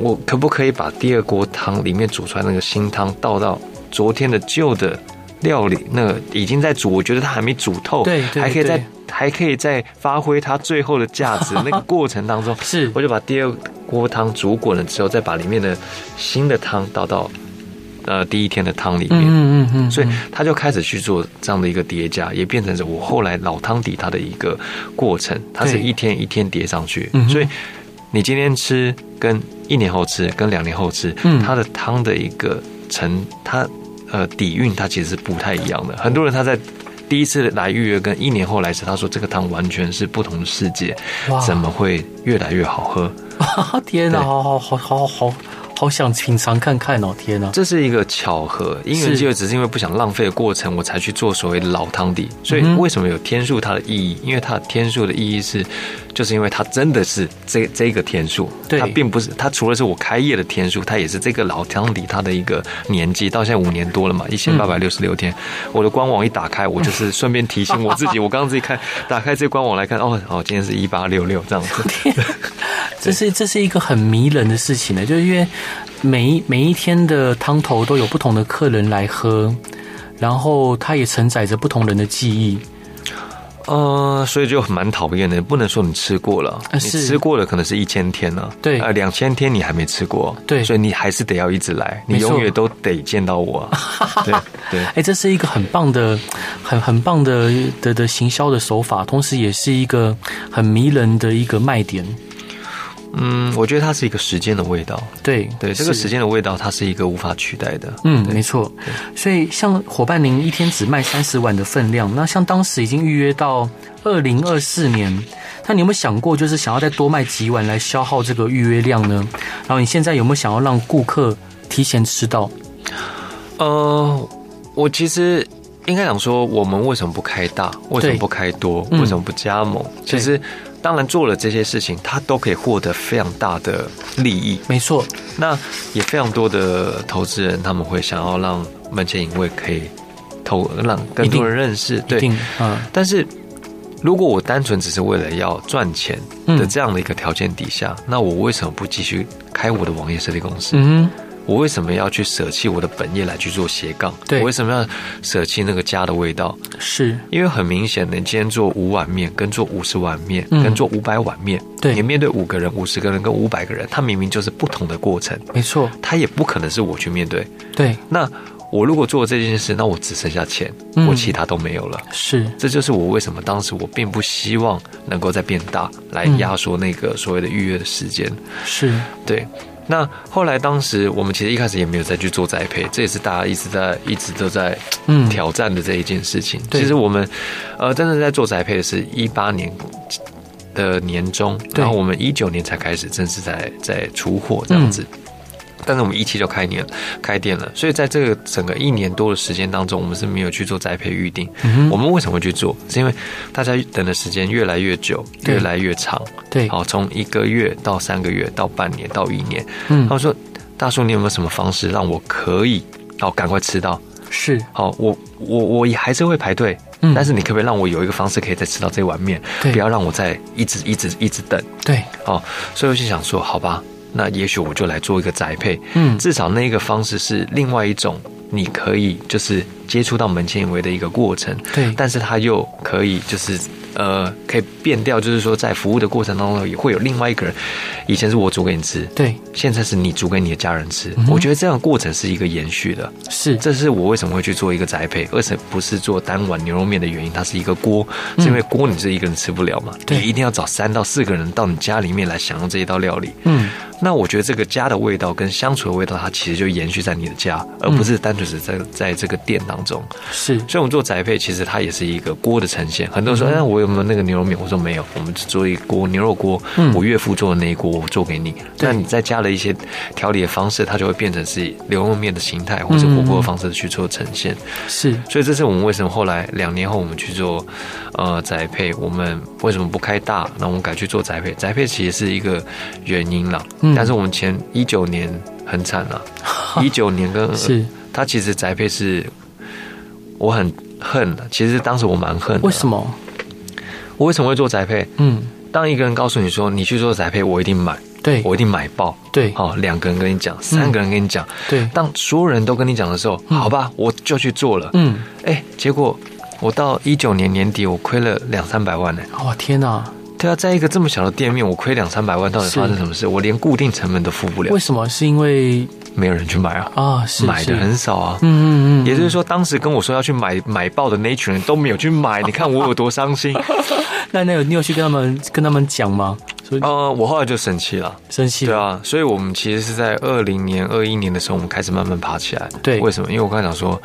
S2: 我可不可以把第二锅汤里面煮出来那个新汤倒到昨天的旧的料理？那个已经在煮，我觉得它还没煮透，
S1: 对对
S2: 还可以
S1: 对
S2: 在还可以再发挥它最后的价值。那个过程当中，
S1: 是
S2: 我就把第二锅汤煮滚了之后，再把里面的新的汤倒到呃第一天的汤里面。
S1: 嗯嗯嗯，
S2: 所以他就开始去做这样的一个叠加，也变成是我后来老汤底它的一个过程，它是
S1: 对
S2: 一天一天叠上去
S1: 嗯哼，
S2: 所以。你今天吃，跟一年后吃，跟两年后吃，
S1: 嗯
S2: 它的汤的一个成，它呃底蕴它其实是不太一样的。很多人他在第一次来预约跟一年后来吃，他说这个汤完全是不同的世界，
S1: 哇
S2: 怎么会越来越好喝？
S1: 啊天哪，
S2: 对
S1: 好好好好好好好想品尝看看哦，天哪，
S2: 这是一个巧合，因缘际会，只是因为不想浪费的过程，我才去做所谓的老汤底。所以
S1: 嗯哼
S2: 为什么有天数它的意义？因为它的天数的意义是，就是因为它真的是这这个天数，
S1: 对
S2: 它并不是它除了是我开业的天数，它也是这个老汤底它的一个年纪，到现在五年多了嘛，
S1: 嗯
S2: 一千八百六十六天。我的官网一打开，我就是顺便提醒我自己，我刚刚自己看打开这官网来看，哦哦，今天是一八六六这样子。
S1: 这是这是一个很迷人的事情呢，就是因为每一每一天的汤头都有不同的客人来喝，然后它也承载着不同人的记忆。
S2: 呃，所以就蛮讨厌的，不能说你吃过了，
S1: 呃
S2: 你
S1: 是
S2: 吃过了可能是一千天了，
S1: 对
S2: 啊，两千天你还没吃过，
S1: 对
S2: 所以你还是得要一直来，
S1: 没
S2: 你
S1: 错
S2: 永远都得见到 我，对对
S1: 哎，这是一个很棒的、很很棒的的的行销的手法，同时也是一个很迷人的一个卖点。
S2: 嗯，我觉得它是一个时间的味道，
S1: 对
S2: 对，这个
S1: 是
S2: 时间的味道它是一个无法取代的，
S1: 嗯，没错。所以像伙伴您一天只卖三十碗的分量，那像当时已经预约到二零二四年，那你有没有想过，就是想要再多卖几碗来消耗这个预约量呢？然后你现在有没有想要让顾客提前吃到？
S2: 呃，我其实应该讲说，我们为什么不开大？为什么不开多？
S1: 嗯
S2: 为什么不加盟？其实，当然做了这些事情，他都可以获得非常大的利益。
S1: 没错，
S2: 那也非常多的投资人，他们会想要让门前影卫可以投，让更多人认识。
S1: 一
S2: 对，
S1: 定，嗯
S2: 但是。如果我单纯只是为了要赚钱的
S1: 嗯
S2: 这样的一个条件底下，那我为什么不继续开我的网页设计公司？
S1: 嗯
S2: 我为什么要去舍弃我的本业来去做斜杠？
S1: 对
S2: 我为什么要舍弃那个家的味道？
S1: 哼，是
S2: 因为很明显的，你今天做五碗面，跟做五十碗面，
S1: 嗯
S2: 跟做五百碗面，
S1: 对
S2: 你面对五个人、五十个人跟五百个人，它明明就是不同的过程，
S1: 没错，
S2: 它也不可能是我去面对。
S1: 对，
S2: 那我如果做了这件事，那我只剩下钱，
S1: 嗯
S2: 我其他都没有了。
S1: 是，
S2: 这就是我为什么当时我并不希望能够再变大，来
S1: 嗯
S2: 压缩那个所谓的预约的时间。
S1: 是，
S2: 对。那后来，当时我们其实一开始也没有再去做栽培，这也是大家一直在一直都在
S1: 嗯，
S2: 挑战的这一件事情。
S1: 对
S2: 其实我们呃，真的在做栽培的是一八年的年中，
S1: 对
S2: 然后我们一九年才开始正式在在出货这样
S1: 嗯
S2: 子。但是我们一期就开年开店了，所以在这个整个一年多的时间当中，我们是没有去做栽培预定。
S1: 嗯
S2: 我
S1: 哼，
S2: 们为什么会去做？是因为大家等的时间越来越久，
S1: 对
S2: 越来越长。
S1: 对，
S2: 好，从一个月到三个月，到半年，到一年。
S1: 嗯
S2: 他，们说：“大叔，你有没有什么方式让我可以哦赶快吃到？
S1: 是，
S2: 好，我我我也还是会排队，
S1: 嗯，
S2: 但是你可不可以让我有一个方式可以再吃到这碗面，
S1: 对
S2: 不要让我再一直一直一直等
S1: 对，
S2: 哦？”所以我就想说，好吧，那也许我就来做一个宅配，
S1: 嗯，
S2: 至少那个方式是另外一种，你可以就是接触到门前以为的一个过程。
S1: 对，
S2: 但是它又可以就是呃，可以变掉，就是说在服务的过程当中也会有另外一个人，以前是我煮给你吃，
S1: 对，
S2: 现在是你煮给你的家人吃。
S1: 嗯哼
S2: 我觉得这样的过程是一个延续的，
S1: 是，
S2: 这是我为什么会去做一个宅配，而且不是做单碗牛肉面的原因，它是一个锅，是因为锅你是一个人吃不了嘛，
S1: 嗯对
S2: 你一定要找三到四个人到你家里面来享用这一道料理。
S1: 嗯，
S2: 那我觉得这个家的味道跟相处的味道，它其实就延续在你的家，而不
S1: 嗯
S2: 是单纯只是在在这个店当中。
S1: 是，
S2: 所以我们做宅配，其实它也是一个锅的呈现。很多
S1: 嗯
S2: 人说：“哎、我有没有那个牛肉面？”我说没有，我们只做一锅牛肉锅。
S1: 嗯
S2: 我岳父做的那一锅，我做给你。
S1: 对
S2: 那你再加了一些调理的方式，它就会变成是牛肉面的形态，或是火锅的方式去做呈现。
S1: 是，
S2: 所以这是我们为什么后来两年后我们去做呃宅配，我们为什么不开大？那我们改去做宅配，宅配其实是一个原因啦。
S1: 嗯
S2: 但是我们前一九年很惨 啦，一九年跟
S1: 是，
S2: 他其实宅配是我很恨的，其实当时我蛮恨的。
S1: 为什么？
S2: 我为什么会做宅配？
S1: 嗯，
S2: 当一个人告诉你说你去做宅配，我一定买，
S1: 对，
S2: 我一定买爆。
S1: 对，嗯
S2: 好、两个人跟你讲，三个人跟你讲，
S1: 对，
S2: 当所有人都跟你讲的时候，好吧，我就去做了。
S1: 嗯，
S2: 哎、结果我到一九年年底，我亏了两三百万呢、
S1: 哇，天哪，
S2: 对啊，在一个这么小的店面，我亏两三百万，到底
S1: 是
S2: 发生什么事？我连固定成本都付不了
S1: 为，什么？是因为
S2: 没有人去买啊，
S1: 啊，是
S2: 买
S1: 是
S2: 的，很少啊。
S1: 嗯嗯嗯，
S2: 也就是说，当时跟我说要去买买爆的那一群人都没有 去买，你看我有多伤心。
S1: 那那有你有去跟他们跟他们讲吗？所以
S2: 呃，我后来就生气了，
S1: 生气
S2: 对
S1: 了，
S2: 啊，所以我们其实是在二零年、二一年的时候，我们开始慢慢爬起来。
S1: 对
S2: 为什么？因为我刚才讲说，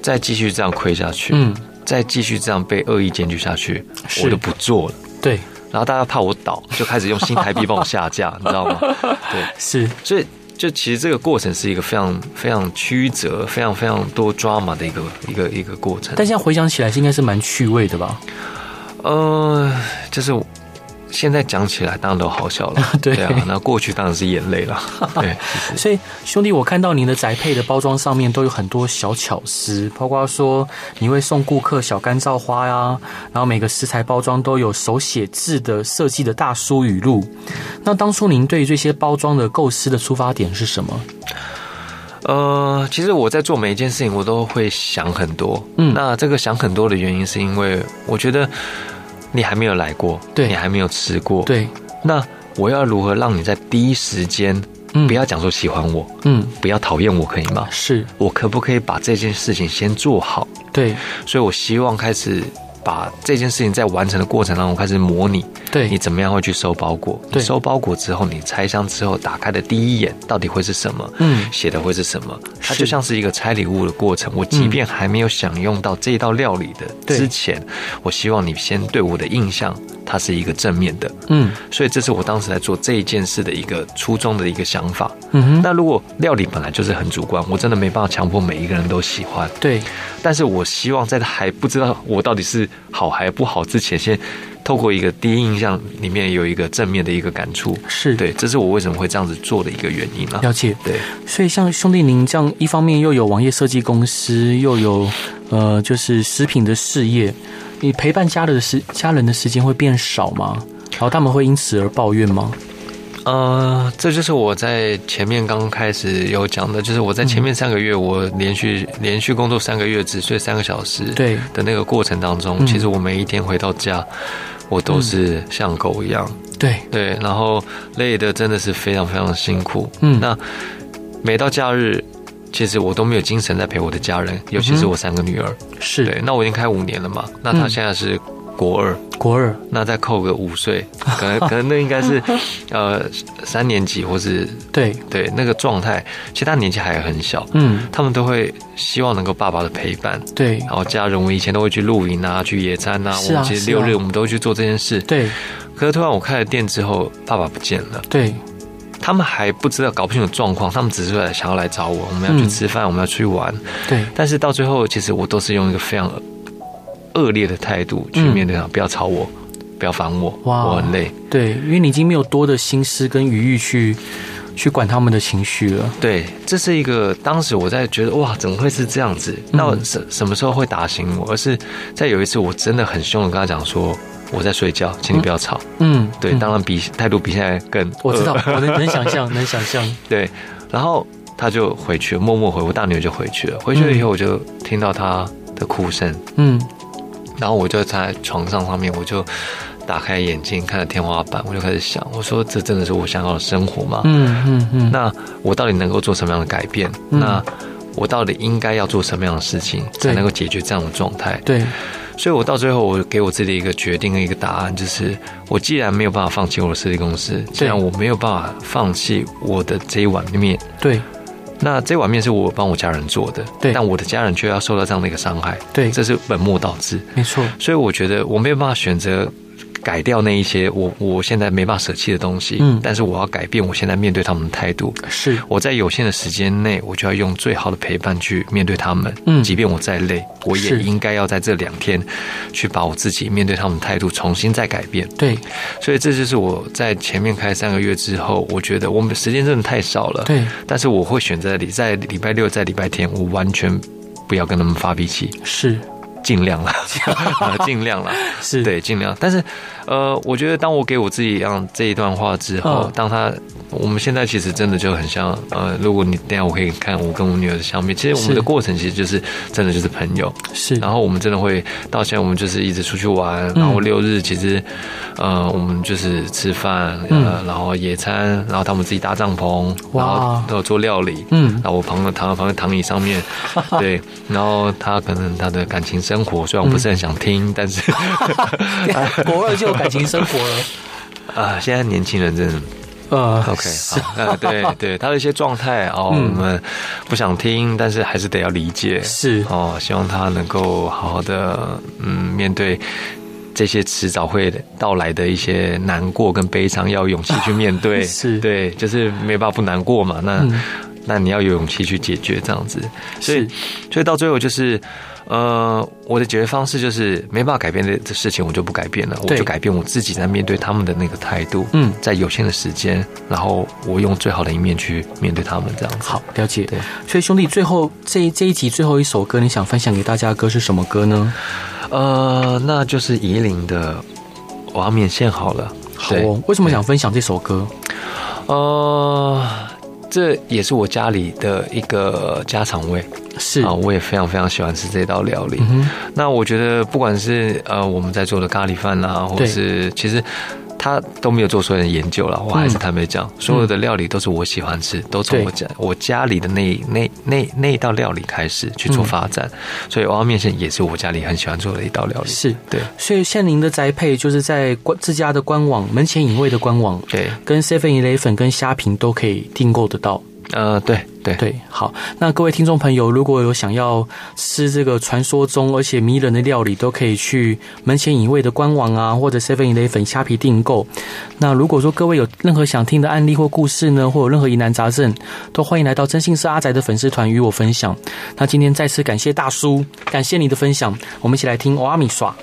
S2: 再继续这样亏下去，
S1: 嗯，
S2: 再继续这样被恶意检举下去，
S1: 是
S2: 我就不做了。
S1: 对，
S2: 然后大家怕我倒，就开始用新台币帮我下架，你知 道吗？对，
S1: 是，
S2: 所以就其实这个过程是一个非常非常曲折、非常非常多 drama 的一个一个一个过程。
S1: 但现在回想起来，是应该是蛮趣味的吧？，
S2: 呃，就是我现在讲起来当然都好笑了
S1: 对
S2: 啊，那过去当然是眼泪 了，对，其实
S1: 所以兄弟，我看到您的宅配的包装上面都有很多小巧思，包括说你会送顾客小干燥花呀、然后每个食材包装都有手写字的设计的大叔语录。那当初您对于这些包装的构思的出发点是什么？
S2: 哦呃，其实我在做每一件事情，我都会想很多。
S1: 嗯
S2: 那这个想很多的原因，是因为我觉得你还没有来过，
S1: 对
S2: 你还没有吃过，，
S1: 对，
S2: 那我要如何让你在第一时间
S1: 嗯，
S2: 不要讲说喜欢我，
S1: 嗯，
S2: 不要讨厌我，可以吗？
S1: 是
S2: 我可不可以把这件事情先做好？
S1: 对
S2: 所以我希望开始把这件事情在完成的过程当中开始模拟，你
S1: 对
S2: 怎么样会去收包裹？你
S1: 对
S2: 收包裹之后，你拆箱之后打开的第一眼到底会是什么？
S1: 嗯
S2: 写的会是什么？它
S1: 是嗯
S2: 就像是一个拆礼物的过程。我即便还没有享用到这道料理的
S1: 对
S2: 之前，我希望你先对我的印象，它是一个正面的。
S1: 嗯
S2: 所以这是我当时来做这一件事的一个初衷的一个想法。
S1: 嗯哼，
S2: 那如果料理本来就是很主观，我真的没办法强迫每一个人都喜欢。
S1: 对
S2: 但是我希望在还不知道我到底是好还不好之前，先透过一个第一印象里面有一个正面的一个感触。
S1: 是，
S2: 对，这是我为什么会这样子做的一个原因啊。
S1: 了解。
S2: 对，
S1: 所以像兄弟您这样，一方面又有网页设计公司，又有呃就是食品的事业，你陪伴家人的时家人的时间会变少吗？然后他们会因此而抱怨吗？
S2: 呃，这就是我在前面刚开始有讲的，就是我在前面三个月，我连续连续工作三个月，只睡三个小时，
S1: 对
S2: 的那个过程当中，
S1: 嗯
S2: 其实我每一天回到家，我都是像狗一样，
S1: 对，
S2: 对，然后累的真的是非常非常辛苦。
S1: 嗯
S2: 那每到假日，其实我都没有精神在陪我的家人，尤其是我三个女儿。
S1: 嗯是嗯
S2: 对，那我已经开五年了嘛，那她现在是国二，
S1: 国二，
S2: 那再扣个五岁，可 能可能那应该是呃三年级或是
S1: 对，
S2: 对那个状态，其实她年纪还很小。
S1: 嗯，
S2: 他们都会希望能够爸爸的陪伴，
S1: 对
S2: 然后家人，我们以前都会去露营啊，去野餐啊，
S1: 是啊
S2: 我们其
S1: 是
S2: 实
S1: 啊
S2: 六日我们都会去做这件事。
S1: 对
S2: 可是突然我开了店之后，爸爸不见了，
S1: 对
S2: 他们还不知道搞不清楚状况，他们只是来想要来找我，我们要去
S1: 嗯
S2: 吃饭，我们要出去玩。
S1: 对，
S2: 但是到最后，其实我都是用一个非常恶劣的态度去面对他，不要吵我，不要烦我，
S1: 嗯哇
S2: 我很累。
S1: 对，因为你已经没有多的心思跟余裕去去管他们的情绪了。
S2: 对，这是一个当时我在觉得哇，怎么会是这样子？那我
S1: 嗯
S2: 什什么时候会打醒我？而是在有一次我真的很凶的跟他讲说。我在睡觉，请你不要吵。
S1: 嗯，
S2: 对，
S1: 嗯
S2: 当然比态度比现在更
S1: 我知
S2: 恶
S1: 道，我能能想象，能想象。
S2: 对，然后他就回去了，默默回，我大女儿就回去了。回去了以后，我就听到她的哭声，
S1: 嗯
S2: 然后我就在床上上面，我就打开眼睛看着天花板，我就开始想，我说这真的是我想要的生活吗？
S1: 嗯嗯嗯，
S2: 那我到底能够做什么样的改变？
S1: 嗯
S2: 那我到底应该要做什么样的事情
S1: 对
S2: 才能够解决这样的状态？
S1: 对，
S2: 所以，我到最后，我给我自己一个决定跟一个答案，就是我既然没有办法放弃我的设计公司，既然我没有办法放弃我的这一碗面，
S1: 对
S2: 那这碗面是我帮我家人做的，
S1: 对
S2: 但我的家人却要受到这样的一个伤害，
S1: 对，
S2: 这是本末倒置。
S1: 没错，
S2: 所以我觉得我没有办法选择改掉那一些我我现在没办法舍弃的东西，
S1: 嗯
S2: 但是我要改变我现在面对他们的态度。
S1: 是，
S2: 我在有限的时间内，我就要用最好的陪伴去面对他们。
S1: 嗯
S2: 即便我再累，我也
S1: 是
S2: 应该要在这两天去把我自己面对他们的态度重新再改变。
S1: 对
S2: 所以这就是我在前面开三个月之后，我觉得我们时间真的太少了。
S1: 对
S2: 但是我会选择礼在礼拜六，在礼拜天，我完全不要跟他们发脾气，
S1: 是
S2: 尽量啦，呃尽量啦，
S1: 是，
S2: 对，尽量。但是，呃，我觉得当我给我自己让这一段话之后，
S1: 嗯
S2: 当他我们现在其实真的就很像，呃，如果你等一下我可以看我跟我女儿的相片，其实我
S1: 是
S2: 们的过程其实就是真的就是朋友，
S1: 是，
S2: 然后我们真的会到现在我们就是一直出去玩，然
S1: 嗯
S2: 后六日其实，呃，我们就是吃饭，呃，然后野餐，然后他们自己搭帐篷，然后
S1: 嗯哇
S2: 都有做料理，
S1: 嗯
S2: 然后我朋友躺在旁边躺椅 上面，对，然后他可能他的感情生活，虽然我不是很想听，但 是
S1: 国二就有感情生活了，
S2: 啊，现在年轻人真的
S1: 呃
S2: OK，好，呃， 对对，他的一些状态哦，
S1: 嗯
S2: 我们不想听，但是还是得要理解，
S1: 是，
S2: 哦，希望他能够好好的，嗯，面对。这些迟早会到来的一些难过跟悲伤，要有勇气去面 对。
S1: 是
S2: 对，就是没办法不难过嘛。那、
S1: 嗯
S2: 那你要有勇气去解决这样子。所以
S1: 是，
S2: 所以到最后就是，呃，我的解决方式就是没办法改变的的事情，我就不改变了，我
S1: 对
S2: 就改变我自己在面对他们的那个态度。
S1: 嗯
S2: 在有限的时间，然后我用最好的一面去面对他们这样子。
S1: 好了解
S2: 对。
S1: 所以兄弟，最后这一这一集最后一首歌，你想分享给大家的歌是什么歌呢？
S2: 呃，那就是夷陵的瓦冕线好了。
S1: 好哦，为什么想分享这首歌？
S2: 对，呃，这也是我家里的一个家常味。
S1: 是
S2: 啊，我也非常非常喜欢吃这道料理。
S1: 嗯哼
S2: 那我觉得不管是呃我们在做的咖喱饭啦，或者
S1: 对
S2: 是其实。他都没有做出来的研究了，我还是
S1: 嗯
S2: 坦白讲，所有的料理都是我喜欢吃，都从
S1: 对
S2: 我家我家里的那那那那一道料理开始去做
S1: 嗯
S2: 发展，所以娃娃面线也是我家里很喜欢做的一道料理。
S1: 是，
S2: 对
S1: 所以现您的宅配就是在官自家的官网门前影卫的官网，
S2: 对，
S1: 跟 Seven Eleven 跟虾平都可以订购得到。
S2: 呃，对对
S1: 对，好，那各位听众朋友，如果有想要吃这个传说中而且迷人的料理，都可以去门前影卫的官网啊，或者 Seven Eleven 虾皮订购。那如果说各位有任何想听的案例或故事呢，或有任何疑难杂症，都欢迎来到真心是阿宅的粉丝团与我分享。那今天再次感谢大叔，感谢你的分享，我们一起来听欧阿米耍。